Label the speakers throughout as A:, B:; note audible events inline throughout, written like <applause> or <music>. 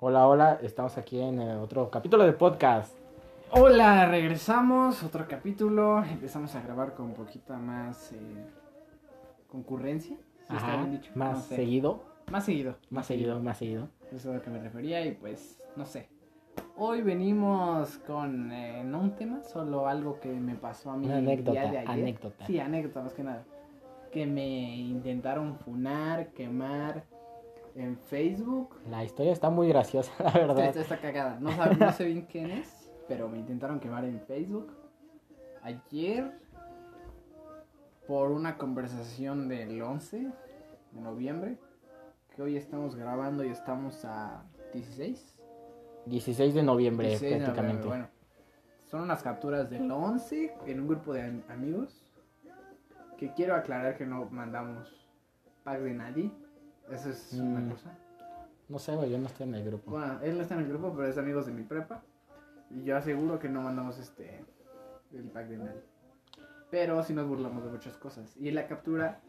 A: Hola, hola, estamos aquí en eh, otro capítulo de podcast.
B: Hola, regresamos, otro capítulo. Empezamos a grabar con poquita más eh, concurrencia. ¿sí está
A: Ajá,
B: bien dicho?
A: Más
B: No sé.
A: seguido,
B: Más seguido.
A: más seguido, más seguido.
B: Eso es a lo que me refería y pues, no sé. Hoy venimos con, eh, no un tema, solo algo que me pasó a mí.
A: Una
B: el
A: anécdota,
B: día de ayer.
A: anécdota.
B: Sí, anécdota más que nada. Que me intentaron funar, quemar en Facebook.
A: La historia está muy graciosa, <laughs> la
B: Esta,
A: verdad.
B: esta está cagada. No, sab- no sé bien quién es, pero me intentaron quemar en Facebook ayer por una conversación del 11 de noviembre, que hoy estamos grabando y estamos a 16.
A: 16 de noviembre
B: 16 de
A: prácticamente.
B: noviembre, bueno, son unas capturas del 11 en un grupo de am- amigos que quiero aclarar que no mandamos pack de nadie. Eso es
A: Mm.
B: una cosa.
A: No sé, güey, yo no estoy en el grupo.
B: Bueno, él no está en el grupo, pero es amigos de mi prepa. Y yo aseguro que no mandamos este. el pack de nadie. Pero sí nos burlamos de muchas cosas. Y la captura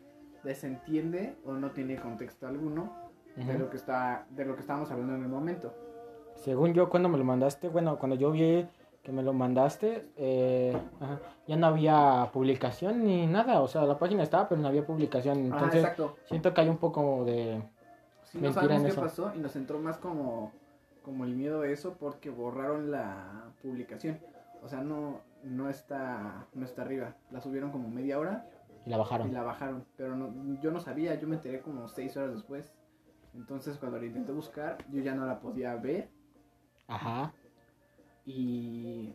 B: desentiende o no tiene contexto alguno
A: Ujú.
B: de lo que está. de lo que estábamos hablando en el momento.
A: Según yo, cuando me lo mandaste, bueno, cuando yo vi que me lo mandaste, eh, ajá, ya no había publicación ni nada. O sea, la página estaba, pero no había publicación.
B: Ajá,
A: Entonces,
B: Ah, exacto.
A: siento que hay un poco de...
B: Sí, no
A: mentira en
B: sabemos qué
A: eso.
B: pasó y nos entró más como, como el miedo de eso porque borraron la publicación. O sea, no, no está. no está arriba. La subieron como media hora
A: Y la bajaron.
B: y la bajaron. Pero no- yo no sabía, yo me enteré como seis horas después. Entonces cuando la intenté buscar, yo ya no la podía ver
A: Ajá.
B: y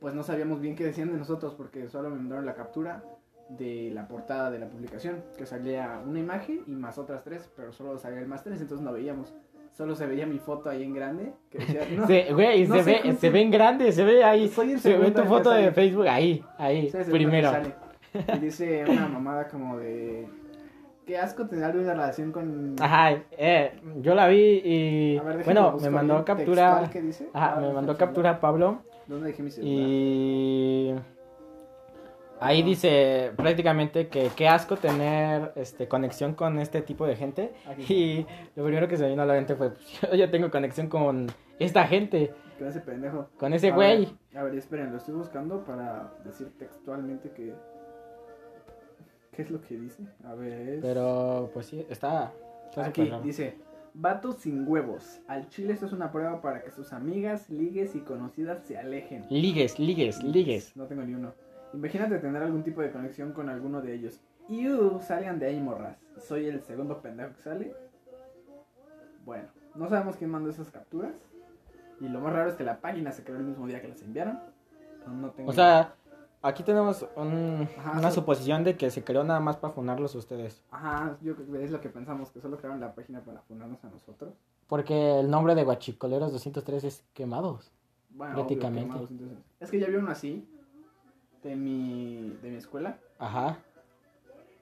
B: pues no sabíamos bien qué decían de nosotros porque solo me mandaron la captura de la portada de la publicación, que salía una imagen y más otras tres, pero solo salía el más tres, entonces no veíamos. Solo se veía mi foto ahí en grande,
A: <laughs>
B: que decía, no,
A: Se, güey,
B: no
A: se,
B: sé
A: ve,
B: cómo
A: se
B: se-
A: ven grandes, se ve ahí.
B: soy el
A: Se ve
B: segundo
A: tu
B: en
A: foto
B: que
A: de
B: sale".
A: Facebook ahí, ahí,
B: Sí, es el primero
A: primero.
B: que sale. Y dice una mamada como de, qué asco tener una relación con...
A: Ajá, eh, yo la vi y
B: A ver, déjame
A: bueno, me
B: buscar
A: mandó
B: bien
A: captura,
B: textual que dice.
A: ajá,
B: Ah,
A: me
B: no
A: mandó
B: sé qué
A: captura Pablo
B: habla. ¿Dónde dejé mi celular?
A: y ahí dice prácticamente que qué asco tener este conexión con este tipo de gente
B: Aquí está.
A: y lo primero que se me vino a la mente fue pues, <laughs> yo ya tengo conexión con esta gente,
B: Con ese pendejo.
A: con ese
B: A
A: güey.
B: ver, A ver, esperen, lo estoy buscando para decir textualmente que. ¿Qué es lo que dice? A ver. es-
A: Pero pues sí, está, está
B: Aquí
A: súper raro.
B: dice: Vatos sin huevos. Al chile esto es una prueba para que sus amigas, ligues y conocidas se alejen.
A: Ligues, ligues, ligues.
B: No tengo ni uno. Imagínate tener algún tipo de conexión con alguno de ellos. ¡Iu! Salgan de ahí, morras. Soy el segundo pendejo que sale. Bueno, no sabemos quién mandó esas capturas. Y lo más raro es que la página se creó el mismo día que las enviaron. No, no tengo
A: O sea, aquí tenemos un-
B: Ajá,
A: una
B: sí.
A: suposición de que se creó nada más para funarlos ustedes.
B: Ajá, yo creo que es lo que pensamos, que solo crearon la página para funarnos a nosotros.
A: Porque el nombre de Guachicoleros 203 es quemados.
B: Bueno, obvio,
A: Prácticamente.
B: quemados, entonces. es que ya había uno así de mi, de mi escuela,
A: Ajá.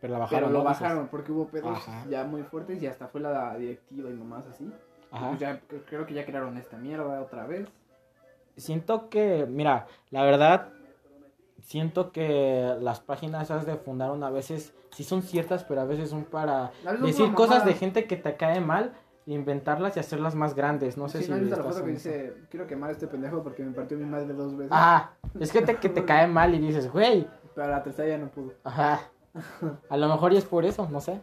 A: Pero la bajaron.
B: pero lo
A: ¿no? Dices.
B: bajaron porque hubo pedos
A: Ajá.
B: ya muy fuertes y hasta fue la directiva y mamás así. Y
A: Ajá.
B: pues ya, cre- creo que ya crearon esta mierda otra vez.
A: Siento que, mira, la verdad, siento que las páginas esas de fundaron a veces, sí son ciertas, pero a veces son para
B: ¿No has visto
A: decir
B: una
A: cosas
B: mamada?
A: de gente que te cae mal, inventarlas y hacerlas más grandes. No sé
B: Sí,
A: si...
B: ¿no has visto la
A: estás
B: foto que
A: en eso.
B: dice, quiero quemar a este pendejo porque me partió mi madre dos veces,
A: Ajá. Es gente que te cae mal y dices, güey.
B: pero la tercera ya no pudo.
A: Ajá. A lo mejor y es por eso, no sé.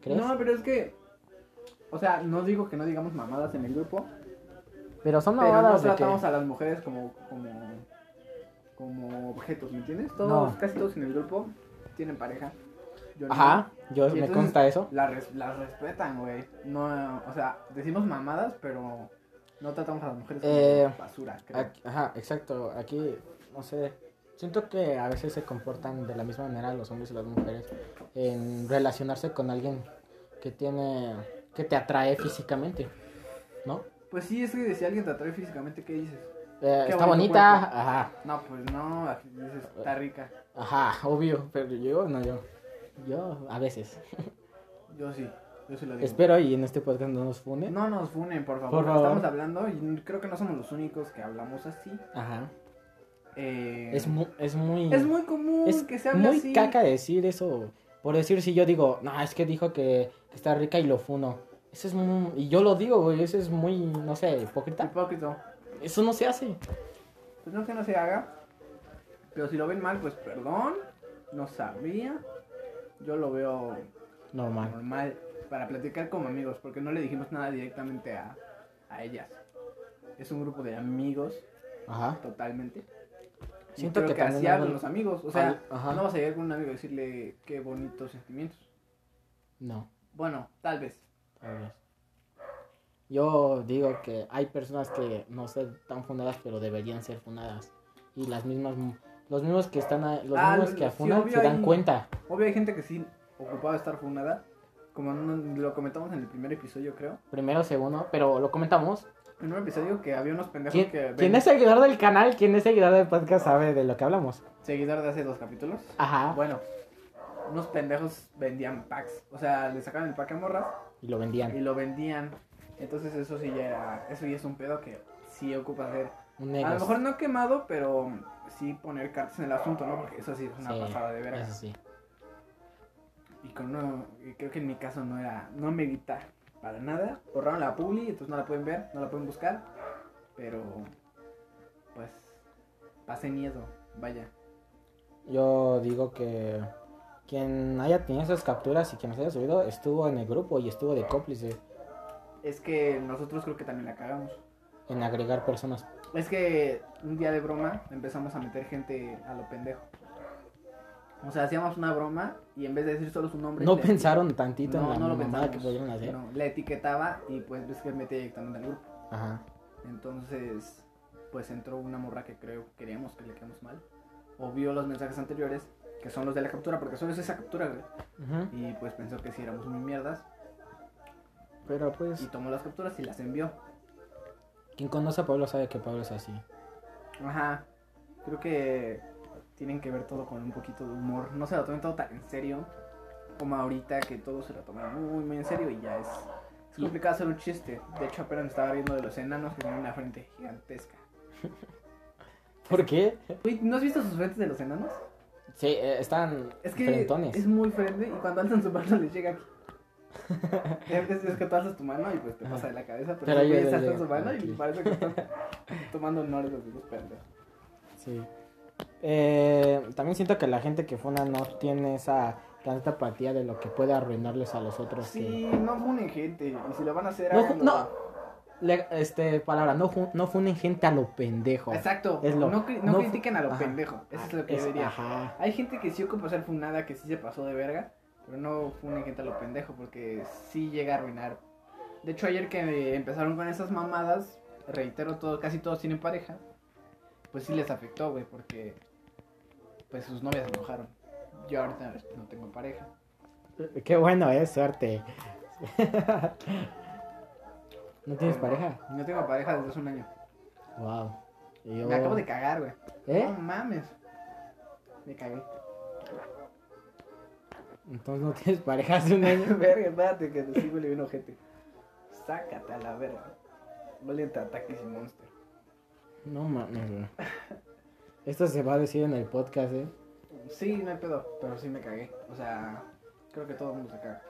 A: ¿Crees?
B: No, pero es que, o sea, no digo que no digamos mamadas en el grupo,
A: pero son
B: pero no
A: mamadas de que...
B: tratamos a las mujeres como como como objetos, ¿me entiendes? Todos,
A: No.
B: casi todos en el grupo tienen pareja. Yo no.
A: Ajá, yo
B: Y
A: me
B: entonces-
A: consta eso.
B: Las, res- las respetan, güey. No, o sea, decimos mamadas, pero no tratamos a las mujeres como
A: Eh,
B: basura, creo.
A: Ac- Ajá, exacto. Aquí, no sé. Siento que a veces se comportan de la misma manera los hombres y las mujeres en relacionarse con alguien que tiene. que te atrae físicamente. ¿No?
B: Pues sí, es que si alguien te atrae físicamente, ¿qué dices?
A: Eh,
B: Qué
A: está
B: bonito
A: bonita,
B: cuerpo.
A: ajá,
B: No, pues no, así dices, está rica.
A: ajá, obvio, pero yo no, yo. Yo, a veces.
B: Yo sí, yo sí lo digo.
A: Espero y en este podcast no nos funen.
B: No nos funen, por favor.
A: Por favor.
B: Estamos hablando y creo que no somos los únicos que hablamos así.
A: Ajá.
B: Eh,
A: Es, mu- es muy.
B: Es muy común
A: Es
B: que se hable
A: muy
B: así.
A: caca decir eso. Por decir, si yo digo, no, es que dijo que, que está rica y lo funo. Eso es muy, y yo lo digo, güey, eso es muy, no sé, hipócrita.
B: Hipócrita.
A: Eso no se hace.
B: Pues no que no se haga. Pero si lo ven mal, pues perdón. No sabía. Yo lo veo
A: Normal.
B: normal para platicar como amigos, porque no le dijimos nada directamente a, a ellas. Es un grupo de amigos
A: Ajá.
B: totalmente. Y
A: Siento
B: creo
A: que
B: que, así
A: también
B: hablan
A: hay-
B: los amigos. O sea,
A: hay- ajá.
B: no vas a llegar con un amigo y decirle qué bonitos sentimientos.
A: No.
B: Bueno, tal vez.
A: tal vez. Yo digo que hay personas que no sé, están fundadas, pero deberían ser fundadas. Y las mismas, los mismos que están, a- los
B: Ah,
A: mismos
B: lo-
A: que
B: sí,
A: afunan
B: obvio
A: se dan
B: hay-
A: cuenta.
B: Obvio hay gente que sí ocupaba de estar fundada, como no- lo comentamos en el primer episodio, creo.
A: Primero, segundo, pero lo comentamos.
B: En un episodio que había unos pendejos
A: ¿Quién,
B: que... ven-
A: quién es seguidor del canal? ¿Quién es seguidor del podcast? Sabe de lo que hablamos.
B: Seguidor de hace dos capítulos.
A: Ajá.
B: Bueno, unos pendejos vendían packs. O sea, le sacaban el pack a morras
A: Y lo vendían.
B: y lo vendían. Entonces eso sí ya era... Eso ya es un pedo que sí ocupa hacer.
A: Un
B: A lo
A: negocio.
B: mejor no quemado, pero sí poner cartas en el asunto, ¿no? Porque eso sí es una
A: Sí,
B: pasada de verga.
A: Eso sí.
B: Y con uno, y creo que en mi caso no era, no me grita para nada. Borraron la publi, entonces no la pueden ver, no la pueden buscar. Pero, pues, pasé miedo, vaya.
A: Yo digo que quien haya tenido esas capturas y quien las haya subido estuvo en el grupo y estuvo de cómplice
B: Es que nosotros creo que también la cagamos.
A: en agregar personas.
B: Es que un día de broma empezamos a meter gente a lo pendejo. O sea, hacíamos una broma y en vez de decir solo su nombre...
A: No
B: le-
A: pensaron tantito
B: no,
A: en la
B: no lo
A: mamada
B: pensamos.
A: que pudieron hacer.
B: No, la etiquetaba y pues ves que metía directamente al grupo.
A: Ajá.
B: Entonces, pues entró una morra que creo que queríamos que le quedamos mal. O vio los mensajes anteriores, que son los de la captura, porque solo es esa captura, güey.
A: Ujú.
B: Y pues pensó que si éramos muy mierdas.
A: Pero
B: Y
A: pues,
B: tomó las capturas y las envió.
A: quien conoce a Pablo sabe que Pablo es así.
B: Ajá. Creo que tienen que ver todo con un poquito de humor. No se lo tomen todo tan en serio. Como ahorita que todo se lo toman muy, muy en serio y ya es, es
A: Y-
B: complicado hacer un chiste. De hecho, apenas me estaba viendo de los enanos que tienen una frente gigantesca.
A: ¿Por qué?
B: Güey, ¿no has visto sus frentes de los enanos?
A: Sí, eh, están
B: Es que
A: frentones.
B: es muy frente y cuando alzan su mano les llega aquí. <laughs> es, es- es que tú alzas tu mano y pues te pasa de la cabeza, pero,
A: Pero
B: ellos
A: ellos
B: güeyes
A: les
B: alzan
A: llegan
B: su mano
A: aquí.
B: y parece que están <laughs> tomando honores de los pendejos.
A: Sí. Eh, también siento que la gente que funa no tiene esa tanta apatía de lo que puede arruinarles a los otros. que-
B: Sí, no funen gente y si lo van a hacer,
A: No,
B: háganlo.
A: no. Le- este, palabra, no, fu- no funen gente a lo pendejo.
B: Exacto,
A: Es lo-
B: no, cri-
A: no
B: no
A: fu-
B: critiquen a lo
A: ajá.
B: pendejo, eso es
A: Ah,
B: lo que yo diría.
A: Ajá.
B: Hay gente que sí ocupa ser funada, que sí se pasó de verga, pero no funen gente a lo pendejo porque sí llega a arruinar. De hecho, ayer que empezaron con esas mamadas, reitero, todo, casi todos tienen pareja, pues sí les afectó, güey, porque pues sus novias se enojaron. Yo ahorita no tengo pareja.
A: Qué bueno, eh, suerte. <laughs> ¿No
B: Ah.
A: tienes pareja?
B: No tengo pareja desde hace un año.
A: Wow.
B: Me acabo de cagar, güey. No
A: ¿Eh?
B: mames. Me cagué.
A: Entonces no tienes pareja hace un año.
B: <laughs> verga, espérate, que te sigo le vino gente. Sácate a la verga. Valiente ataques y monster.
A: No mames, güey. Esto se va a decir en el podcast, eh.
B: Sí, no hay pedo, pero sí me cagué. O sea, creo que todo el mundo se caga.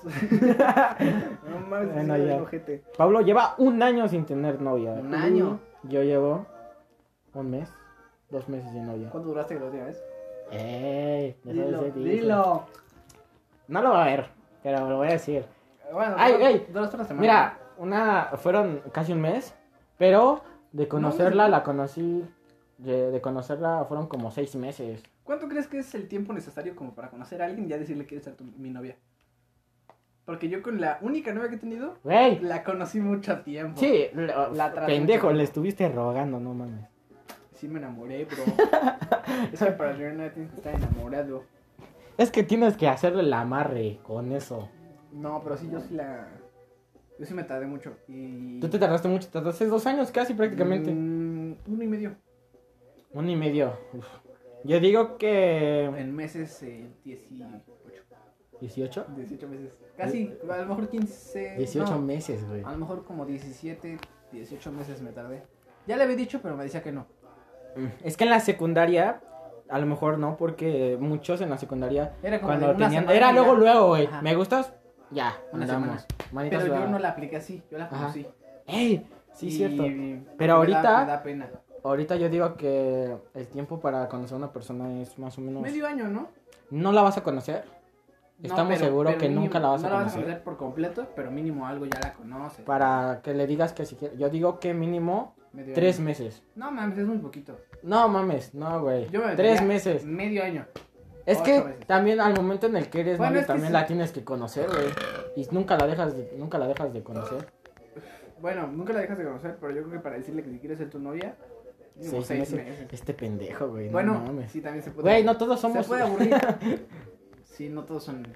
B: <laughs> no mames,
A: Bueno,
B: sí,
A: ya.
B: el ojete.
A: Pablo lleva un año sin tener novia.
B: ¿Un año?
A: Yo llevo un mes, dos meses sin novia.
B: ¿Cuánto duraste la última vez?
A: ¡Ey! deja de
B: Dilo,
A: ser difícil.
B: dilo.
A: No lo va a ver, pero lo voy a decir.
B: Bueno,
A: Ay,
B: dura-
A: ay.
B: duraste una semana.
A: Mira, una fueron casi un mes, pero de conocerla
B: No,
A: la conocí, de, de conocerla fueron como seis meses.
B: ¿Cuánto crees que es el tiempo necesario como para conocer a alguien y ya decirle que eres a tu- mi novia? Porque yo con la única novia que he tenido,
A: Güey,
B: la conocí mucho tiempo.
A: sí, lo-
B: La traté
A: pendejo,
B: Pues, mucho.
A: le estuviste rogando, no mames.
B: Sí me enamoré, bro. <laughs> es que para tener una tienes que estar enamorado.
A: Es que tienes que hacerle el amarre con eso.
B: No, pero sí, yo sí la... Yo sí me tardé mucho y...
A: Tú te tardaste mucho, tardaste dos años casi prácticamente.
B: Mm, uno y medio.
A: Un y medio. Uf. Yo digo que...
B: En meses, eh, 18.
A: 18.
B: 18 meses. Casi, a lo mejor 15.
A: 18
B: no, Ah.
A: meses, güey.
B: A lo mejor como 17, 18 meses me tardé. Ya le había dicho, pero me decía que no.
A: Mm. Es que en la secundaria, a lo mejor no, porque muchos en la secundaria
B: Era como
A: Cuando
B: de una
A: tenían.
B: semana
A: Era
B: y
A: luego,
B: ya.
A: luego, güey.
B: Ajá.
A: ¿Me gustas? Ya,
B: Una
A: andamos. Manitas
B: Pero yo
A: va.
B: no la apliqué así, yo la
A: Ajá.
B: conocí.
A: ¡Ey! Sí,
B: Y-
A: cierto.
B: me da-
A: ahorita-
B: me da pena.
A: Ahorita yo digo que el tiempo para conocer a una persona es más o menos...
B: Medio año, ¿no?
A: No la vas a conocer.
B: No,
A: Estamos
B: pero-
A: seguros
B: pero
A: que
B: mínimo-
A: nunca la vas a
B: No la vas a
A: conocer.
B: conocer por completo, pero mínimo algo ya la conoces.
A: Para que le digas que si quieres... Yo digo que mínimo
B: Medio
A: tres
B: año.
A: meses.
B: No mames, es muy poquito.
A: No mames, no, güey.
B: Yo me
A: Tres
B: metería
A: meses.
B: Medio año.
A: Es
B: ocho
A: que
B: veces.
A: también al momento en el que eres
B: Bueno,
A: novio
B: es que
A: también
B: sí.
A: la tienes que conocer, Eh, güey. Y nunca la dejas de, nunca la dejas de conocer.
B: Ah, Bueno, nunca la dejas de conocer, pero yo creo que para decirle que si quieres ser tu novia, mínimo
A: Seis
B: seis
A: meses.
B: meses.
A: Este pendejo, güey.
B: Bueno,
A: no mames.
B: sí, también se puede.
A: Güey, no todos somos.
B: Se puede aburrir.
A: <laughs>
B: sí, no todos son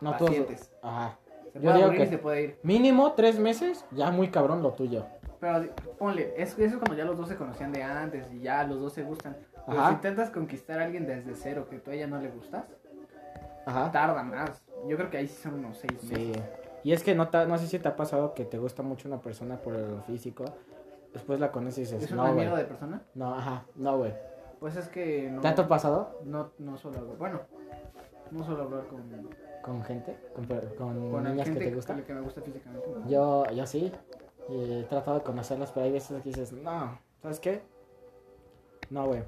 A: no todos.
B: pacientes.
A: Ajá.
B: Se
A: Yo
B: puede
A: digo
B: aburrir y
A: que-
B: se puede ir.
A: Mínimo tres meses, ya muy cabrón lo tuyo.
B: Pero di- ponle, es, eso es cuando ya los dos se conocían de antes y ya los dos se gustan. Pero
A: Ajá.
B: si intentas conquistar a alguien desde cero que tú a ella no le gustas,
A: Ajá.
B: tarda más. Yo creo que ahí sí son unos seis
A: Sí.
B: meses.
A: Y es que no, ta- no sé si te ha pasado que te gusta mucho una persona por el físico. Después la conoces y
B: ¿Es
A: dices,
B: una
A: no, güey.
B: mierda de persona?
A: No, ajá. No, güey.
B: Pues es que no,
A: ¿Te ha pasado
B: no, no suelo hablar. Bueno, no suelo hablar con,
A: con gente? ¿Con, per- con
B: con
A: niñas
B: gente
A: que te gustan?
B: con la que me gusta físicamente. ¿no?
A: Yo, yo sí. y he tratado de conocerlas, pero hay veces que dices, no, ¿sabes qué? No, güey.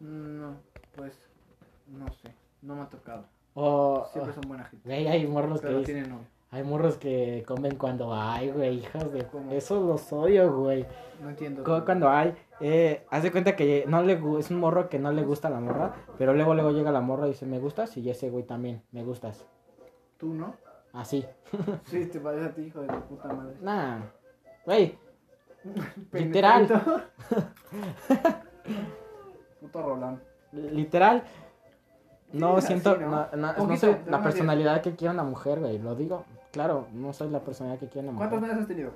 B: No, pues no sé, no me ha tocado.
A: O,
B: Siempre
A: o-
B: son buena gente.
A: güey, hay morros que
B: Pero
A: dicen-
B: tienen novio.
A: hay morros que comen cuando hay, güey, hijas de...
B: ¿Cómo?
A: Eso los odio, güey.
B: No entiendo.
A: Co- Cuando hay, eh, haz de cuenta que no le gu- es un morro que no le gusta la morra, pero luego luego llega la morra y dice, me gustas, y ese güey también, me gustas.
B: ¿Tú no?
A: Así.
B: Sí, te parece a ti, hijo de tu
A: <laughs>
B: puta madre.
A: Nah. Güey, Literal.
B: Penetrito.
A: <laughs>
B: Puto Roland.
A: literal. No
B: Sí,
A: siento,
B: así, ¿no?
A: no, no- no
B: Poquito,
A: soy
B: de
A: la
B: una
A: personalidad que quiere una mujer, güey. Lo digo, claro, no soy la personalidad que quiere una mujer.
B: ¿Cuántas veces has tenido?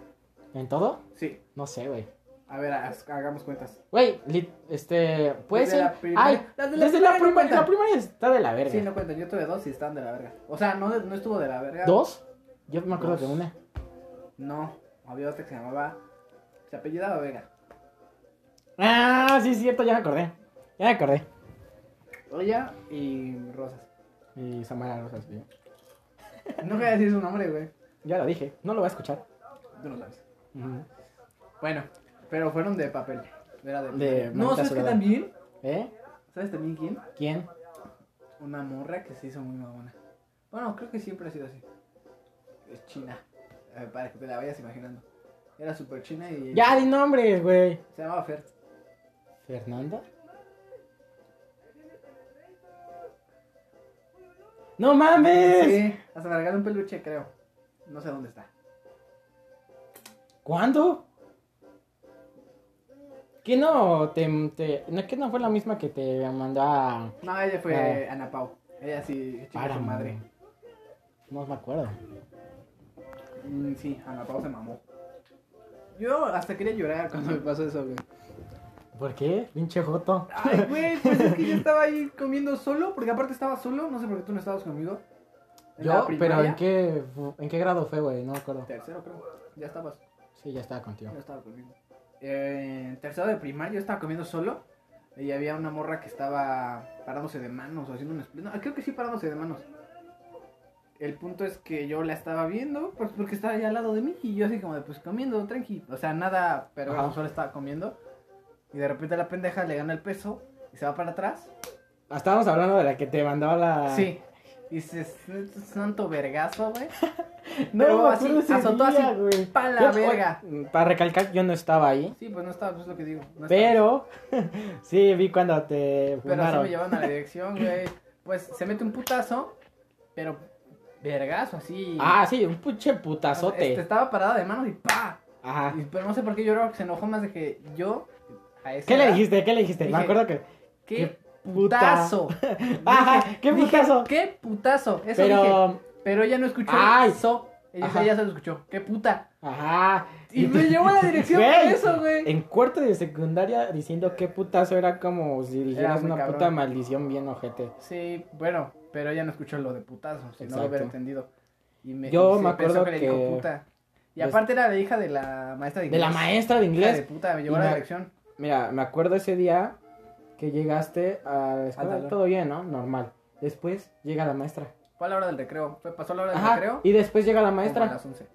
A: ¿En todo?
B: Sí.
A: No sé, güey.
B: A ver, haz- hagamos cuentas.
A: Güey, li- este, puede
B: Desde
A: ser.
B: la primaria-
A: Ay,
B: las de la
A: desde la
B: primaria no
A: primaria. La
B: cuentan.
A: primaria está de la verga.
B: Sí, no cuentan. Yo tuve dos y están de la verga. O sea, no, no estuvo de la verga.
A: ¿Dos? Yo me acuerdo
B: Dos.
A: de una.
B: No. Había otra que se llamaba. Se apellidaba Vega.
A: Ah, sí, es cierto, ya me acordé. Ya me acordé.
B: Ella y Rosas.
A: Y Samara Rosas, ¿sí?
B: No voy a decir su nombre, güey.
A: Ya lo dije, no lo voy a escuchar.
B: Tú no sabes.
A: Ujú.
B: Bueno, pero fueron de papel. Era de.
A: De
B: no,
A: manita
B: ¿sabes qué
A: sudada.
B: también?
A: ¿Eh?
B: ¿Sabes también quién?
A: ¿Quién?
B: Una morra que se hizo muy mamona. Bueno, creo que siempre ha sido así. Es china. Eh, para que te la vayas imaginando. Era súper china y.
A: Ya, di nombres, güey.
B: Se llamaba Fer.
A: ¿Fernanda? ¡No mames!
B: Sí, hasta me regaló un peluche, creo. No sé dónde está.
A: ¿Cuándo? ¿Qué no te, te- no que no fue la misma que te mandó a
B: No, ella fue
A: Ah.
B: Ana Pau. Ella sí, chica
A: para
B: su madre.
A: No me acuerdo.
B: Mm, sí, Ana Pau se mamó. Yo hasta quería llorar cuando me pasó eso, güey.
A: ¿Por qué? Pinche Joto.
B: Ay, güey, pues es que yo estaba ahí comiendo solo, porque aparte estaba solo, no sé por qué tú no estabas conmigo. En la
A: Yo, pero
B: primaria.
A: ¿en qué en qué grado fue, güey? No me acuerdo.
B: Tercero, creo. Ya estabas.
A: Sí, ya estaba contigo.
B: No estaba conmigo. Eh, en tercero de primaria yo estaba comiendo solo. Y había una morra que estaba parándose de manos o haciendo un split. No, creo que sí parándose de manos. El punto es que yo la estaba viendo pues, porque estaba allá al lado de mí y yo así como de pues comiendo, tranqui. O sea, nada, pero
A: Ajá.
B: solo estaba comiendo. Y de repente la pendeja le gana el peso y se va para atrás.
A: Estábamos hablando de la que te mandaba la
B: Sí. Y dices, "Este santo vergazo, güey.
A: <laughs> No,
B: Pero
A: me
B: así,
A: acuerdo ese
B: azotó así,
A: día, güey.
B: pa' la
A: Yo-
B: verga.
A: oye, Para recalcar, yo no estaba ahí,
B: Sí, pues no estaba, pues es lo que digo. no estaba.
A: pero <laughs> sí vi cuando te
B: Pero así
A: funaron.
B: me llevan a la dirección,
A: <laughs>
B: güey. Pues se mete un putazo, pero vergazo, así.
A: Ah, sí, un pinche
B: O sea,
A: putazote.
B: este, estaba parada de manos y ¡pa!
A: Ajá.
B: Y- pero no sé por qué lloró, se enojó más de que yo. A esa
A: ¿Qué le
B: edad,
A: dijiste? ¿Qué le dijiste?
B: Dije,
A: me acuerdo que.
B: ¡Qué,
A: ¿Qué puta?
B: putazo!
A: Ajá, ¿qué
B: Dije,
A: <laughs> putazo?
B: ¡Qué putazo! Eso dije.
A: Pero.
B: Pero ella no escuchó.
A: Ay.
B: eso. Ella,
A: Ajá.
B: ella se lo escuchó. ¡Qué puta!
A: Ajá.
B: Y me llevó a la dirección por
A: Güey,
B: eso, güey.
A: En cuarto de secundaria diciendo qué putazo era como si dijeras
B: muy
A: una
B: cabrón.
A: puta maldición bien ojete.
B: Sí, bueno, pero ella no escuchó lo de putazo, si no lo
A: Exacto.
B: hubiera entendido. Y me,
A: Yo
B: y se
A: me acuerdo
B: pensó que, le
A: que-
B: dijo puta. Y
A: Pues-
B: aparte era la hija de la maestra de
A: De
B: inglés.
A: la maestra de
B: Hija de
A: inglés.
B: puta, me
A: Y
B: llevó a la
A: me-
B: dirección.
A: Mira, me acuerdo ese día que llegaste a la escuela,
B: salón.
A: todo bien, ¿no? Normal. Después llega la maestra.
B: Fue a la hora del recreo. Fue, pasó la hora del
A: Ajá,
B: recreo.
A: y después llega la
B: como a
A: maestra.
B: las 11.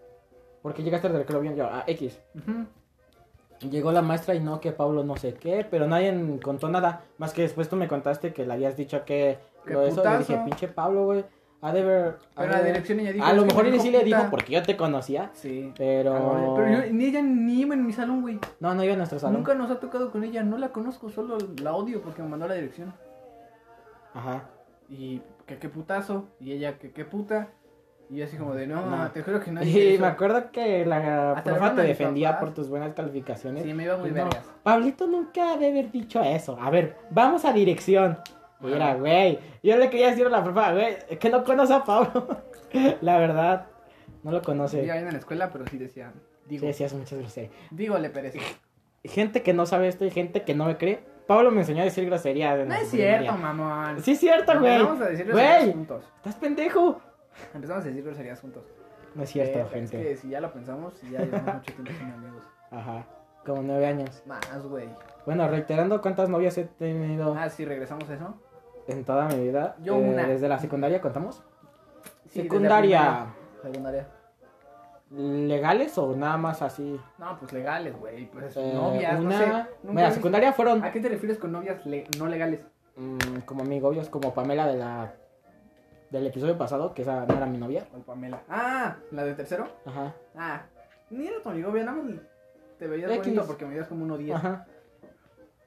A: Porque llegaste al recreo bien, yo, a X.
B: Ujú.
A: Llegó la maestra y no, que Pablo no sé qué, pero nadie contó nada. Más que después tú me contaste que le habías dicho que
B: ¡Qué
A: lo de eso. Le dije,
B: putazo!
A: pinche Pablo, güey. Ha de ver. ha de
B: Pero la
A: ver-
B: dirección ella dijo.
A: A
B: "Es
A: lo
B: que
A: mejor
B: me
A: él
B: dijo
A: sí le dijo
B: puta".
A: porque yo te conocía.
B: Sí.
A: Pero.
B: Pero yo, ni ella ni iba en mi salón, güey.
A: No, no iba a nuestro salón.
B: Nunca nos ha tocado con ella. No la conozco, solo la odio porque me mandó la dirección.
A: Ajá.
B: Y que qué putazo. Y ella que qué puta. Y yo así como de, no,
A: No.
B: te juro
A: <laughs>
B: que no.
A: Y me acuerdo que la
B: Hasta
A: profa
B: la hermana
A: te
B: de mi
A: defendía
B: papá.
A: por tus buenas calificaciones.
B: Sí, me iba muy
A: Pues No,
B: vergas.
A: Pablito nunca debe haber dicho eso. A ver, vamos a dirección. Mira, güey. Yo le quería decir a la profa, güey, es que no conoce a Pablo. <laughs> la verdad, no lo
B: Sí.
A: conoce.
B: en la escuela, pero sí decían,
A: Sí,
B: digo,
A: decías muchas groserías.
B: dígole Pérez.
A: Gente que no sabe esto y gente que no me cree. Pablo me enseñó a decir groserías. en
B: No
A: la
B: es
A: primaria.
B: cierto, mamón.
A: pues Sí, es cierto, güey.
B: Vamos a decir groserías
A: Güey,
B: juntos.
A: estás pendejo.
B: Empezamos a decir groserías juntos.
A: No es cierto,
B: Verga,
A: gente.
B: Es que si ya lo pensamos, si ya llevamos mucho tiempo sin amigos.
A: Ajá. Como nueve años.
B: Más, güey.
A: Bueno, reiterando cuántas novias he tenido
B: Ah, sí, regresamos a eso.
A: en toda mi vida.
B: Yo
A: eh,
B: una.
A: Desde la secundaria contamos.
B: Sí, desde la
A: secundaria.
B: primaria. Secundaria.
A: ¿Legales o nada más así?
B: No, pues legales, güey. Pues
A: Eh,
B: novias,
A: una...
B: no sé. Nunca
A: Mira,
B: he visto-
A: secundaria fueron
B: ¿A qué te refieres con novias le- no legales?
A: mm, como mi novios, como Pamela de la del episodio pasado, que esa no era mi novia.
B: O Pamela. Ah, la de tercero.
A: Ajá.
B: Ah, ni era tu amigo, bien, nada más te veías
A: X.
B: bonito porque me veías como uno 10.
A: Ajá.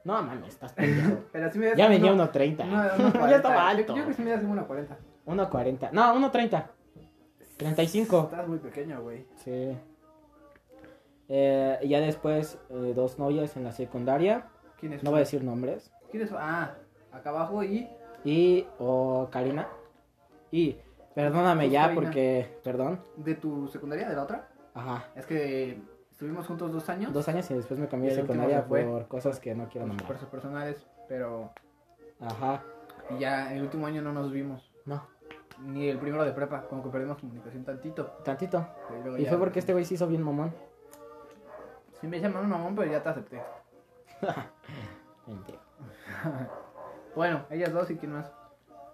A: No, mames,
B: <laughs>
A: estás pendejo.
B: Pero sí me veías
A: Ya
B: como
A: venía
B: uno-
A: 1.30. <laughs>
B: No, no,
A: ya
B: 40.
A: estaba
B: Yo-
A: alto.
B: Yo, creo que sí me das como una 40.
A: 1.40. No, 1.30. 35.
B: Estás muy pequeño, güey.
A: Sí. Eh, y ya después, eh, dos novias en la secundaria.
B: ¿Quién es?
A: No voy a decir nombres.
B: ¿Quién es? Ah, acá abajo y.
A: Y, o Karina. Y, perdóname
B: Pues,
A: ya
B: Karina.
A: porque, perdón.
B: ¿De tu secundaria? ¿De la otra?
A: Ajá.
B: Es que estuvimos juntos dos años.
A: Dos años y después me cambié
B: Y
A: de
B: el último
A: secundaria
B: se fue.
A: por cosas que no quiero
B: por
A: nombrar.
B: sus personales, pero.
A: Ajá.
B: Y ya el último año no nos vimos.
A: No,
B: Ni el primero de prepa, como que perdimos comunicación tantito.
A: tantito.
B: pero luego
A: Y
B: ya-
A: fue porque este güey se hizo bien mamón.
B: Sí me llamaron mamón, pero ya te acepté.
A: Mentira.
B: Bueno, ellas dos y quién más.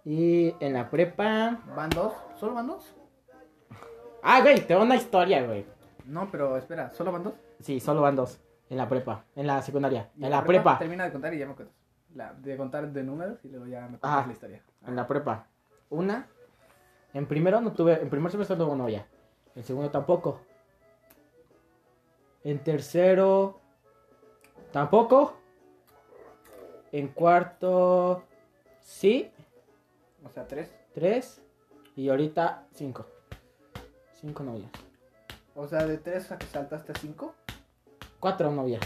A: Y en la prepa.
B: ¿Van dos? ¿Solo van dos?
A: Ah, güey, te va una historia, güey.
B: No, pero espera, ¿solo van dos?
A: Sí, solo van dos. En la prepa, en la secundaria,
B: Y
A: en la prepa.
B: Termina de contar y ya me cuentas. La, de contar de números y luego ya me cuentas
A: Ah.
B: la historia.
A: En la prepa. Una. En primero no tuve. En primer semestre no tuve novia. En segundo tampoco. En tercero. Tampoco. En cuarto. Sí.
B: O sea, tres.
A: Tres. Y ahorita cinco. Cinco novias.
B: O sea, de tres a que saltaste a cinco,
A: Cuatro novias.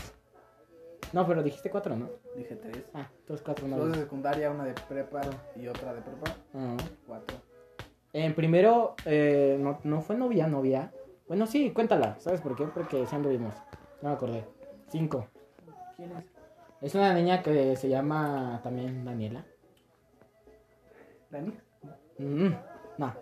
A: No, pero dijiste cuatro, ¿no?
B: dije tres.
A: Ah, entonces cuatro
B: Dos de
A: novias.
B: secundaria, una de prepa y otra de prepa,
A: Ah.
B: cuatro.
A: En primero, eh, no, no fue novia, novia. Bueno, sí, cuéntala. ¿Sabes por qué? Porque sí anduvimos. No me acordé. Cinco.
B: ¿Quién es?
A: Es una niña que se llama también Daniela.
B: ¿Dani?
A: Mm, no.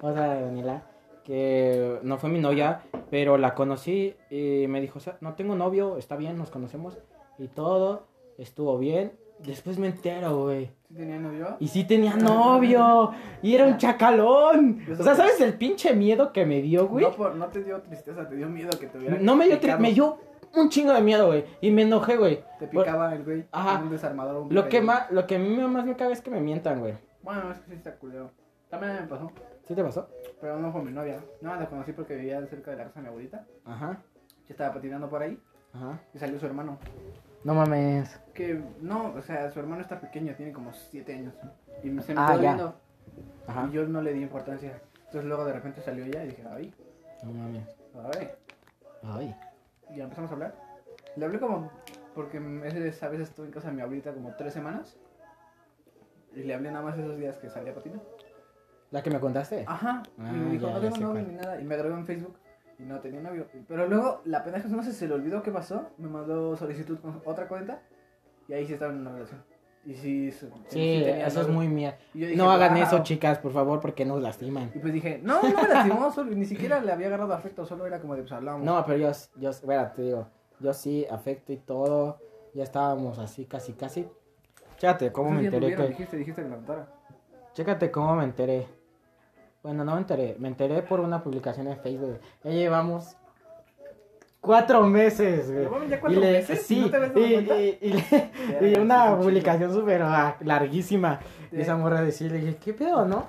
A: Otra Daniela. Que no fue mi novia, pero la conocí y me dijo, "Sa- no tengo novio, está bien, nos conocemos. Y todo, estuvo bien. Después me entero, güey.
B: ¿Sí tenía novio?
A: Y sí tenía novio. Y era un chacalón. O sea, ¿sabes el pinche miedo que me dio, güey?
B: No, pues, por- no te dio tristeza, te dio miedo que te hubiera
A: No me dio, tri-
B: picado.
A: me dio un chingo de miedo, güey. Y me enojé, güey.
B: Te
A: Por-
B: picaba el güey.
A: Ajá.
B: con Un desarmador. un
A: Lo que,
B: picayelo.
A: más, lo que a mí más me caga es que me mientan, güey.
B: Bueno, es que sí está culero. También me pasó,
A: ¿Sí te pasó?
B: pero no con mi novia. No, la conocí porque vivía cerca de la casa de mi abuelita.
A: Ajá,
B: Yo estaba patinando por ahí
A: ajá.
B: y salió su hermano.
A: No mames.
B: Que no, o sea, su hermano está pequeño, tiene como 7 años. Y se me
A: Ah,
B: quedó
A: ya.
B: viendo
A: Ajá.
B: y yo no le di importancia. Entonces luego de repente salió ella y dije, ay,
A: No mames.
B: ay.
A: Ay.
B: Y ya empezamos a hablar. Le hablé como, porque esa vez estuve en casa de mi abuelita como 3 semanas. Y le hablé nada más esos días que salía a patinar.
A: ¿La que me contaste?
B: Ajá.
A: Ah,
B: y me dijo,
A: ya,
B: no
A: ya
B: tengo
A: sé
B: novio
A: cuál.
B: ni nada. Y me agregó en Facebook y no tenía novio. Pero luego la pendeja no sé, se le olvidó qué pasó. Me mandó solicitud con otra cuenta y ahí sí estaba en una relación. Y sí, su-
A: sí,
B: tenía
A: eso es
B: novio.
A: muy mía.
B: Y yo dije,
A: No hagan
B: "Wow".
A: eso, chicas, por favor, porque nos lastiman.
B: Y pues dije, no, no me lastimó, solo- <laughs> ni siquiera le había agarrado afecto, solo era como de pues hablábamos.
A: No, pero yo, yo, bueno, te digo, yo sí, afecto y todo. Ya estábamos así, casi, casi. Chécate cómo
B: Entonces
A: me
B: ya
A: enteré
B: tuvieron,
A: que... Eh,
B: Dijiste, dijiste que la contara.
A: Chécate cómo me enteré. Bueno, no me enteré. Me enteré por una publicación en Facebook. Ya llevamos cuatro meses, güey.
B: ¿Llevamos ya cuatro meses?
A: Sí,
B: ¿No te habías
A: y,
B: dado cuenta?
A: y- y le- <laughs> y
B: Ya, es un
A: una
B: chingo.
A: publicación súper ah, larguísima. Y
B: Sí.
A: esa morra decía, le dije, ¿qué pedo, no?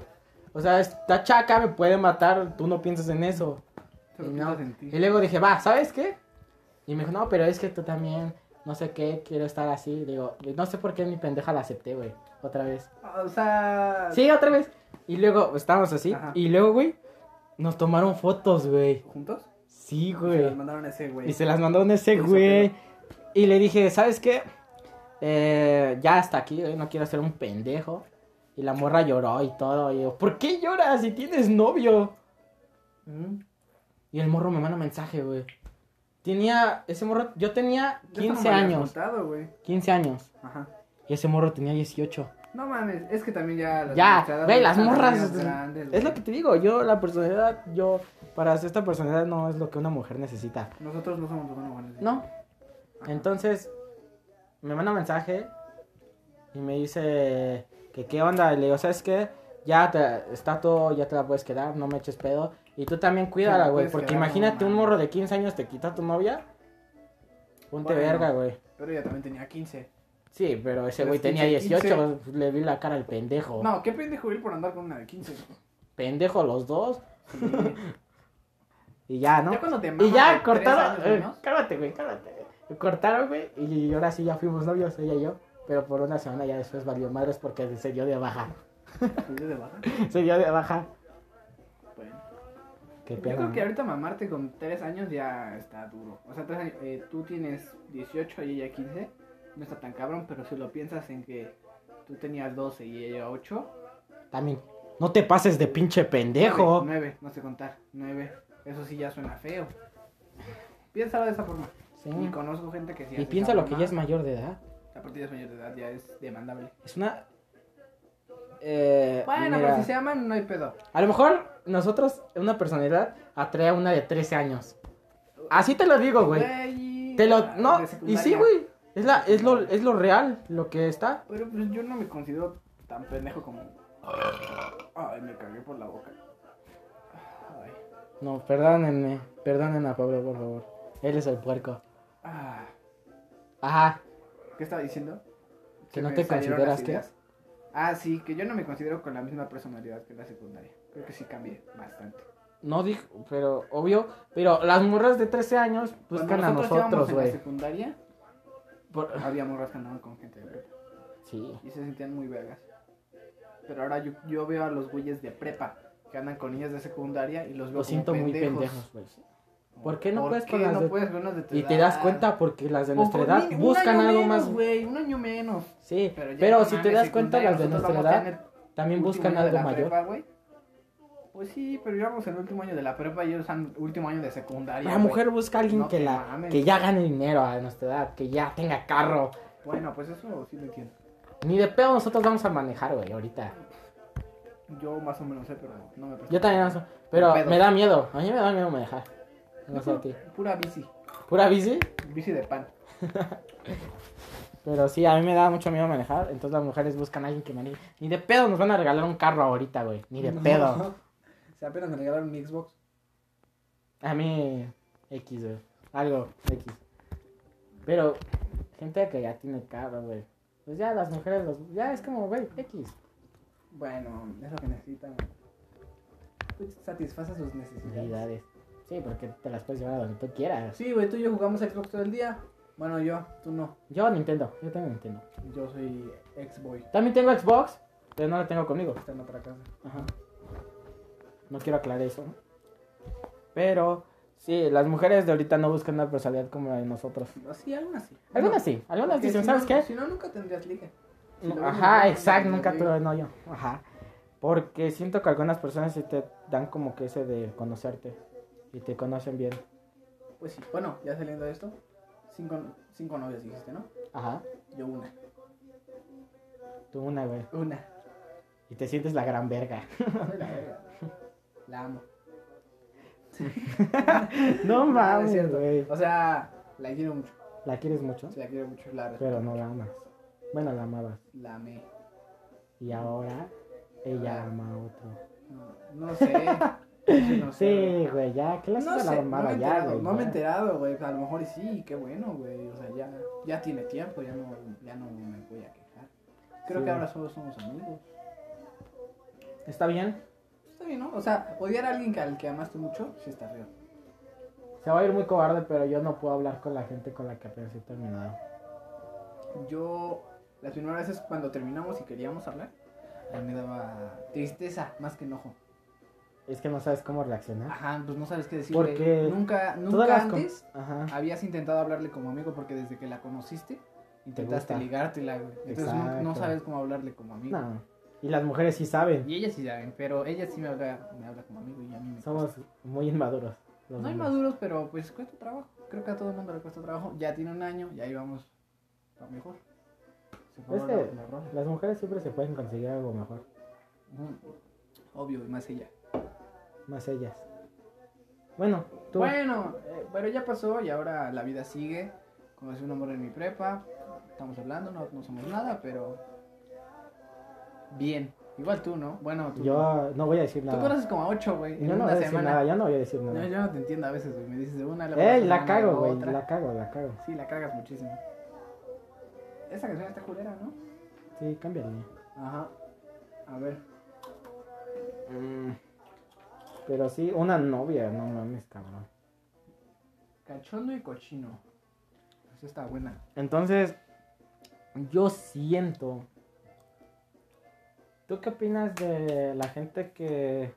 A: O sea, esta chaca me puede matar, tú no piensas en eso. Y,
B: Solo
A: no.
B: piensas en ti.
A: Y luego dije, va, ¿sabes qué? Y me dijo, no, pero es que tú también, no sé qué, quiero estar así. Digo, no sé por qué mi pendeja la acepté, güey, otra vez.
B: Ah, O sea.
A: Sí, otra vez. Y luego estábamos así.
B: Ajá.
A: Y luego, güey, nos tomaron fotos, güey.
B: ¿Juntos?
A: Sí,
B: Se las
A: güey.
B: mandaron a ese güey.
A: Y se las mandó en ese
B: Eso,
A: güey. Y le dije, ¿sabes qué? Eh, ya hasta aquí, güey, no quiero ser un pendejo. Y la morra lloró y todo. Y yo, ¿por qué lloras si tienes novio?
B: Mm.
A: Y el morro me manda mensaje, güey. Tenía, ese morro, yo tenía
B: Yo esto no
A: 15
B: me lo habías
A: años.
B: contado, güey.
A: 15 años.
B: Ajá.
A: Y ese morro tenía 18.
B: No mames, es que también ya. las
A: Ya,
B: muchachas
A: güey,
B: ya
A: las
B: están
A: morras.
B: niñas grandes,
A: Es lo
B: güey.
A: que te digo, yo, la personalidad, yo, para hacer esta personalidad no es lo que una mujer necesita.
B: Nosotros no somos buenos buenos.
A: No.
B: Ajá.
A: Entonces, me manda un mensaje y me dice que qué onda. Y le digo, ¿sabes qué? Ya te- está todo, ya te la puedes quedar, no me eches pedo. Y tú también
B: Te
A: cuídala,
B: la
A: güey,
B: puedes
A: porque
B: quedar, no
A: imagínate un
B: mames.
A: morro de 15 años te quita a tu novia. Ponte
B: Bueno.
A: verga, güey.
B: Pero ella también tenía 15.
A: Sí, pero ese
B: Pero
A: güey
B: es que
A: tenía
B: dice
A: 18, le vi la cara al pendejo.
B: No, qué pendejo él por andar con una
A: <laughs>
B: de 15.
A: Pendejo los dos
B: Sí.
A: y ya, ¿no?
B: Ya cuando te mamas
A: Y
B: de
A: ya
B: tres
A: cortaron.
B: años
A: eh,
B: <laughs> menos,
A: cálmate, güey, cálmate. Cortaron, güey. Y ahora sí ya fuimos novios, ella y yo. Pero por una semana ya después valió madres porque se dio de baja. <laughs>
B: te dio de baja.
A: Se dio de baja.
B: Bueno.
A: Qué
B: Yo
A: pena.
B: creo que ahorita mamarte con 3 años ya está duro. O sea, tres años- eh, tú tienes 18 y ella 15. No está tan cabrón, pero si lo piensas en que tú tenías 12 y ella 8.
A: También. No te pases de pinche pendejo.
B: 9, no sé contar. 9. Eso sí ya suena feo. Piénsalo de esa forma.
A: Sí.
B: Y conozco gente que sí.
A: Mm. Y piensa lo que ya es mayor de edad.
B: La partida es mayor de edad, ya es demandable.
A: Es una. Eh,
B: Bueno,
A: mira,
B: pero si se aman, no hay pedo.
A: A lo mejor nosotros, una personalidad, atrae a una de 13 años. Así te lo digo, güey.
B: Güey,
A: Te lo.
B: ah,
A: No,
B: de
A: y
B: secundaria.
A: sí, güey. Es, la, es, lo, es lo real, lo que está.
B: Pero pues yo no me considero tan pendejo como. Ay, me cagué por la boca. Ay.
A: No, perdónenme. Perdonen a Pablo, por favor. Él es el puerco.
B: Ah,
A: Ajá.
B: ¿Qué estaba diciendo?
A: Que
B: Se
A: no
B: me
A: te
B: salieron
A: consideras
B: las
A: que.
B: ideas. Ah, sí, que yo no me considero con la misma personalidad que en la secundaria. Creo que sí cambié bastante.
A: No dijo, pero obvio. Pero las morras de 13 años buscan
B: Cuando
A: a
B: íbamos
A: Pues nosotros,
B: en la
A: güey.
B: secundaria
A: Por-
B: había morras que andaban con gente de prepa
A: Sí.
B: y se sentían muy vergas. Pero ahora yo, yo veo a los güeyes de prepa que andan con niñas de secundaria y los veo
A: Lo
B: como
A: siento muy
B: pendejos.
A: pendejos, güey. ¿Por qué no puedes
B: qué
A: con las
B: no
A: de-
B: puedes con las de tu
A: Y te
B: edad?
A: das cuenta porque las de
B: O
A: nuestra
B: con
A: edad
B: ni- un
A: buscan
B: año
A: algo
B: menos,
A: más.
B: güey, un año menos.
A: Sí,
B: Pero, ya
A: pero
B: no
A: si te
B: mames,
A: das cuenta,
B: secundaria,
A: las de
B: nosotros
A: nuestra
B: vamos a
A: edad
B: tener
A: también
B: último
A: buscan
B: año de
A: algo
B: la
A: mayor.
B: prepa, güey. Pues sí, pero íbamos en el último año de la prepa y ellos en último año de secundaria.
A: La
B: güey.
A: mujer busca a alguien
B: No
A: que
B: te
A: la
B: mames.
A: que ya gane dinero a nuestra edad, que ya tenga carro.
B: Bueno, pues eso sí lo entiendo.
A: Ni de pedo nosotros vamos a manejar, güey, ahorita.
B: Yo más o menos sé, pero no, no me presto.
A: Yo también no sé, pero
B: Pedo.
A: me da miedo. A mí me da miedo manejar. No sé a ti.
B: <laughs> Pura bici.
A: Pura bici,
B: Bici de pan.
A: pero sí, a mí me da mucho miedo manejar. Entonces las mujeres buscan a alguien que maneje. Ni de pedo nos van a regalar un carro ahorita, güey. Ni de
B: No. <laughs>
A: pedo.
B: O sea, apenas me regalaron mi Xbox.
A: A mí, X, güey. Algo, X. Pero, gente que ya tiene carro, güey. Pues ya las mujeres, los- ya es como, güey, X.
B: Bueno, es lo que necesitan. Pues satisface sus necesidades.
A: Habilidades. Sí, porque te las puedes llevar a donde tú quieras.
B: Sí, güey, tú y yo jugamos a Xbox todo el día. Bueno, yo, tú no.
A: Yo Nintendo, yo tengo Nintendo.
B: Yo soy ex-boy.
A: También tengo Xbox, pero no la tengo conmigo.
B: Está en otra casa.
A: Ajá. No quiero aclarar eso. ¿no? Pero, sí, las mujeres de ahorita no buscan una personalidad como la de nosotros.
B: Sí, algunas sí.
A: Algunas sí, algunas
B: Porque
A: dicen,
B: si
A: ¿sabes
B: no-
A: qué?
B: Si no, nunca tendrías liga. si
A: No,
B: lo ves
A: Ajá,
B: normal,
A: exacto,
B: no
A: nunca
B: digo.
A: tuve novio. Ajá. Porque siento que algunas personas sí te dan como que ese de conocerte. Y te conocen bien.
B: Pues sí. Bueno, ya saliendo de esto, cinco, cinco novias dijiste, ¿no?
A: Ajá.
B: Yo una.
A: Tú una, güey.
B: Una.
A: <laughs> Y te sientes la gran verga.
B: Soy la verga. La amo.
A: No
B: <laughs> No, no es
A: mames,
B: cierto.
A: güey.
B: O sea, la quiero mucho.
A: ¿La quieres mucho?
B: La quiero mucho. La respeto.
A: Pero no la amas. Bueno, la amabas.
B: La amé. Ah.
A: Y ahora ella ama a otro.
B: No, no
A: <laughs>
B: sé. Sí, no sé.
A: Sí, güey, ya, ¿qué le haces
B: No
A: a la
B: sé, no me
A: mamada
B: he
A: ya,
B: enterado,
A: güey?
B: no me he
A: ya.
B: enterado, güey. A lo mejor y sí, qué bueno, güey. O sea, ya, ya tiene tiempo, ya no, ya no me voy a quejar. Creo
A: Sí.
B: que ahora solo somos amigos.
A: Está bien,
B: Está bien, ¿no? O sea, odiar a alguien que, al que amaste mucho, sí está feo.
A: se va a ir muy cobarde, pero yo no puedo hablar con la gente con la que apenas he terminado.
B: Yo, las primeras veces cuando terminamos y queríamos hablar, a mí me daba tristeza más que enojo.
A: Es que no sabes cómo reaccionar.
B: Ajá, pues no sabes qué decir.
A: Porque
B: nunca,
A: ¿Ah? Todas
B: nunca
A: las com-
B: antes
A: Ajá.
B: habías intentado hablarle como amigo porque desde que la conociste intentaste
A: gusta.
B: ligártela, güey. Entonces no- no,
A: Exacto.
B: sabes cómo hablarle como amigo.
A: No. Y las mujeres sí saben.
B: Y ellas sí saben, pero ella sí me habla, me habla como amigo y a mí me
A: Somos muy inmaduros. los
B: cuesta. No
A: hombres.
B: inmaduros, pero pues cuesta trabajo. Creo que a todo el mundo le cuesta trabajo. Ya tiene un año y ahí vamos a lo mejor. Se fue
A: Es
B: la-
A: que-
B: la rola.
A: Las mujeres siempre se pueden conseguir algo mejor.
B: Ujú. Obvio, y más ella.
A: Más ellas. Bueno, tú.
B: Bueno, eh, pero ya pasó y ahora la vida sigue. Conocí un hombre en mi prepa. Estamos hablando, no, no somos nada, pero. Bien. Igual tú, ¿no? Bueno, tú. no.
A: yo no voy a decir
B: Tú
A: nada.
B: conoces como a ocho, güey. En
A: Yo no
B: una
A: voy a decir
B: semana.
A: nada, yo no voy a decir
B: No,
A: nada.
B: yo no te entiendo a veces, güey. Me dices de una, luego
A: Ey,
B: semana,
A: la cago,
B: luego
A: güey.
B: otra.
A: La cago, la cago.
B: Sí, la cagas muchísimo. Esa canción está culera, ¿no?
A: Sí, cámbiale.
B: Ajá. A ver.
A: Pero sí, una novia, no mames, cabrón.
B: Cachondo y cochino. Esa está buena.
A: Entonces, yo siento. ¿Tú qué opinas de la gente que.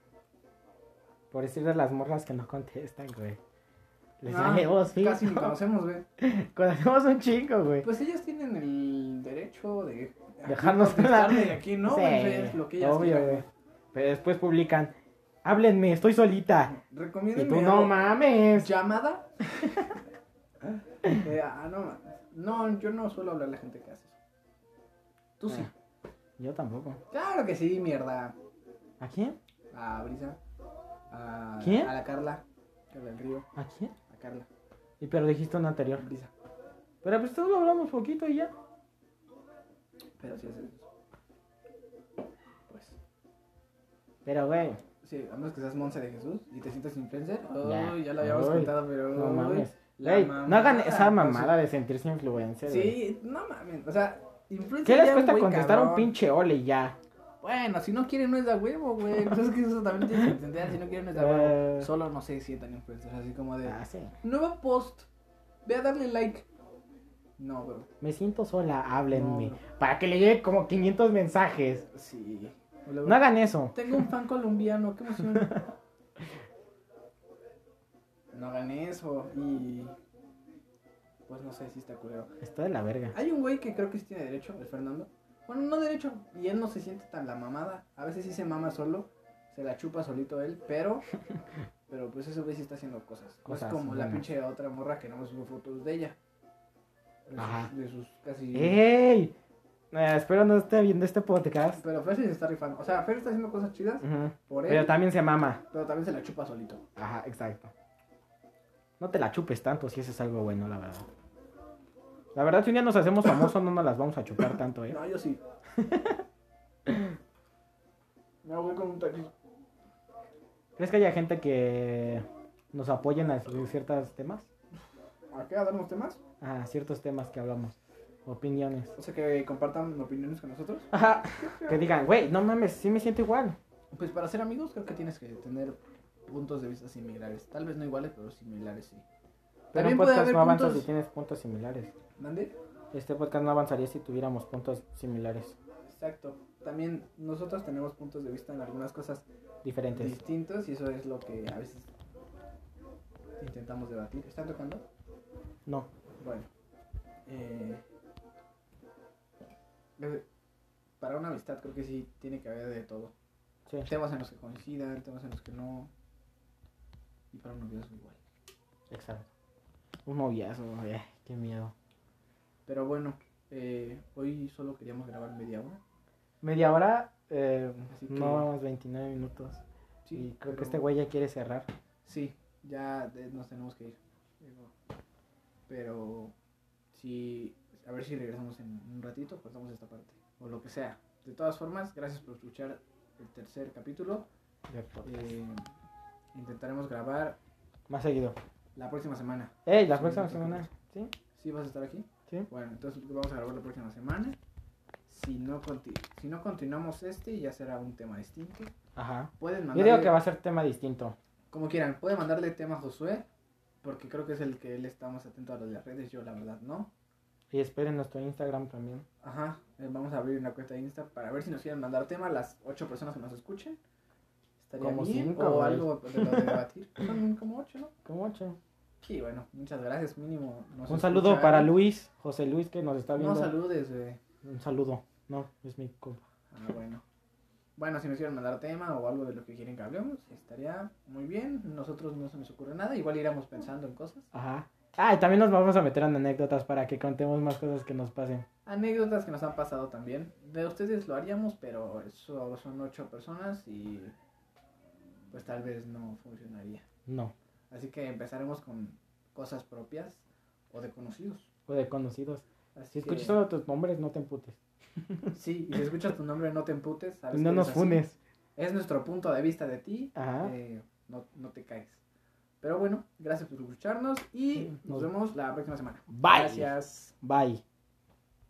A: Por decir de las morras que no contestan, güey? Les
B: Ah,
A: valemos pito.
B: Casi ni conocemos, güey.
A: <laughs> Conocemos un chingo, güey.
B: Pues ellas tienen el derecho de
A: <laughs> Dejarnos
B: aquí contestarle y pues, aquí no,
A: Sí,
B: güey, es lo que ellas
A: obvio,
B: quieran,
A: güey. Pero después publican. Háblenme, estoy solita. Y
B: Recomiéndenme
A: tú no
B: algo.
A: mames. <laughs>
B: llamada. Eh, ah, no, mames. no, yo no suelo hablar a la gente que hace eso. Tú sí.
A: Ah. Yo tampoco.
B: Claro que sí, mierda.
A: ¿A quién?
B: A Brisa. A,
A: ¿Quién?
B: A la Carla. Carla del Río.
A: ¿A quién?
B: A Carla.
A: Y pero dijiste una
B: A
A: anterior.
B: Brisa.
A: Pero pues todos hablamos poquito y ya.
B: Pero sí es eso. Pues.
A: Pero, güey.
B: Sí, a menos que seas Monse de Jesús y te sientas influencer. Uy,
A: Ya.
B: ya, lo habíamos
A: Uy,
B: contado, pero.
A: No
B: uy,
A: mames.
B: la
A: Ey, no hagan
B: mamada,
A: esa
B: con su-
A: mamada de sentirse influencer. güey.
B: Sí, no mames. O sea, influencer.
A: ¿Qué les
B: ya es un
A: cuesta
B: güey
A: contestar a un
B: cabrón.
A: pinche ole y ya?
B: Bueno, si no quieren, no es de huevo, güey. <laughs> Pues es que eso también tienes que entender. Si no quieren, no es de
A: Eh.
B: huevo. Solo no se sientan influencers. Así como de.
A: Ah, sí.
B: Nuevo post. Ve a darle like. No, bro.
A: Me siento sola, háblenme.
B: No,
A: Para que le llegue como 500 mensajes.
B: Sí.
A: No hagan eso.
B: Tengo un fan colombiano, qué emoción. no hagan eso y. Pues no sé si está culero.
A: Está de la verga.
B: Hay un güey que creo que sí tiene derecho, el Fernando. Bueno, no derecho, y él no se siente tan la mamada. A veces sí se mama solo, se la chupa solito él, pero. Pero pues ese güey sí está haciendo cosas. No
A: Cosas
B: es como la
A: buenas.
B: pinche otra morra que no me subo fotos de ella. De sus-
A: Ajá.
B: De sus casi.
A: ¡Ey! Eh, espero no esté viendo este podcast.
B: Pero Fer sí se está rifando. O sea, Fer está haciendo cosas chidas
A: Ujú.
B: por él,
A: Pero también se mama.
B: pero también se la chupa solito.
A: Ajá, exacto. No te la chupes tanto si eso es algo bueno, la verdad. La verdad, si un día nos hacemos famosos, no nos las vamos a chupar tanto, ¿eh?
B: No, yo <laughs> sí. Me voy con un taxi.
A: ¿Crees que haya gente que nos apoyen a ciertos temas?
B: ¿A qué? ¿A darnos temas?
A: A ciertos temas que hablamos. Opiniones.
B: O sea, que compartan opiniones con nosotros.
A: Ajá. Que digan, güey, no mames, sí me siento igual.
B: Pues para ser amigos creo que tienes que tener puntos de vista similares. Tal vez no iguales, pero similares sí.
A: Pero
B: También
A: un
B: puede
A: podcast
B: haber
A: no avanza
B: puntos...
A: si tienes puntos similares.
B: ¿Mande?
A: Este podcast no avanzaría si tuviéramos puntos similares,
B: Exacto. También nosotros tenemos puntos de vista en algunas cosas
A: diferentes.
B: distintos y eso es lo que a veces intentamos debatir. ¿Están tocando?
A: No.
B: Bueno. eh, eh, para una amistad creo que sí tiene que haber de todo.
A: Sí.
B: Temas en los que coincidan, temas en los que no. Y para un noviazgo igual.
A: Exacto. Un noviazgo, güey. Qué miedo.
B: Pero bueno, eh, hoy solo queríamos grabar media hora.
A: Media hora, eh,
B: Así que-
A: no vamos 29 minutos.
B: Sí,
A: y creo que
B: pero-
A: este güey ya quiere cerrar.
B: Sí, ya de- nos tenemos que ir. Digo, Pero sí, a ver si regresamos en un ratito, cortamos esta parte. O lo que sea. De todas formas, gracias por escuchar el tercer capítulo.
A: de podcast.
B: Eh, intentaremos grabar
A: Más seguido.
B: la próxima semana.
A: ¡Ey! La
B: Sí,
A: próxima
B: no te
A: semana. ¿Sí?
B: ¿Sí vas a estar aquí?
A: ¿Sí?
B: Bueno, entonces vamos a grabar la próxima semana. Si no, conti- si no continuamos este, ya será un tema distinto.
A: Ajá.
B: Pueden
A: Yo
B: mandarle,
A: digo que va a ser tema distinto.
B: como quieran, pueden mandarle tema a Josué, porque creo que es el que él está más atento a lo de las redes, yo la verdad no.
A: Y esperen nuestro Instagram también.
B: Ajá, eh, vamos a abrir una cuenta de Insta para ver si nos quieren mandar tema las ocho personas que nos escuchen. Estaría
A: Como
B: bien,
A: cinco,
B: o
A: güey.
B: algo de lo de debatir. Son como ocho, ¿no?
A: ¿Cómo ocho?
B: Sí, bueno, muchas gracias, mínimo. nos
A: Un saludo
B: escucha
A: para
B: alguien.
A: Luis, José Luis, que nos está
B: No
A: viendo.
B: saludes, güey.
A: Un saludo. No, es mi compa.
B: Ah, bueno. Bueno, si nos quieren mandar tema o algo de lo que quieren que hablemos, estaría muy bien. Nosotros no se nos ocurre nada, igual iremos pensando en cosas.
A: Ajá. Ah, y también nos vamos a meter en anécdotas para que contemos más cosas que nos pasen.
B: Anécdotas que nos han pasado también. De ustedes lo haríamos, pero eso son ocho personas y pues tal vez no funcionaría.
A: No.
B: Así que empezaremos con cosas propias o de conocidos.
A: O de conocidos.
B: Así
A: Si escuchas
B: que-
A: uno de tus nombres, no te emputes.
B: Sí, y si escuchas tu nombre no te emputes. sabes
A: No
B: que
A: nos
B: eres así.
A: funes.
B: Es nuestro punto de vista de ti
A: Ajá.
B: eh, no, no te caes. Pero bueno, gracias por escucharnos y
A: Sí,
B: nos
A: nos-
B: vemos la próxima semana.
A: Bye.
B: Gracias.
A: Bye.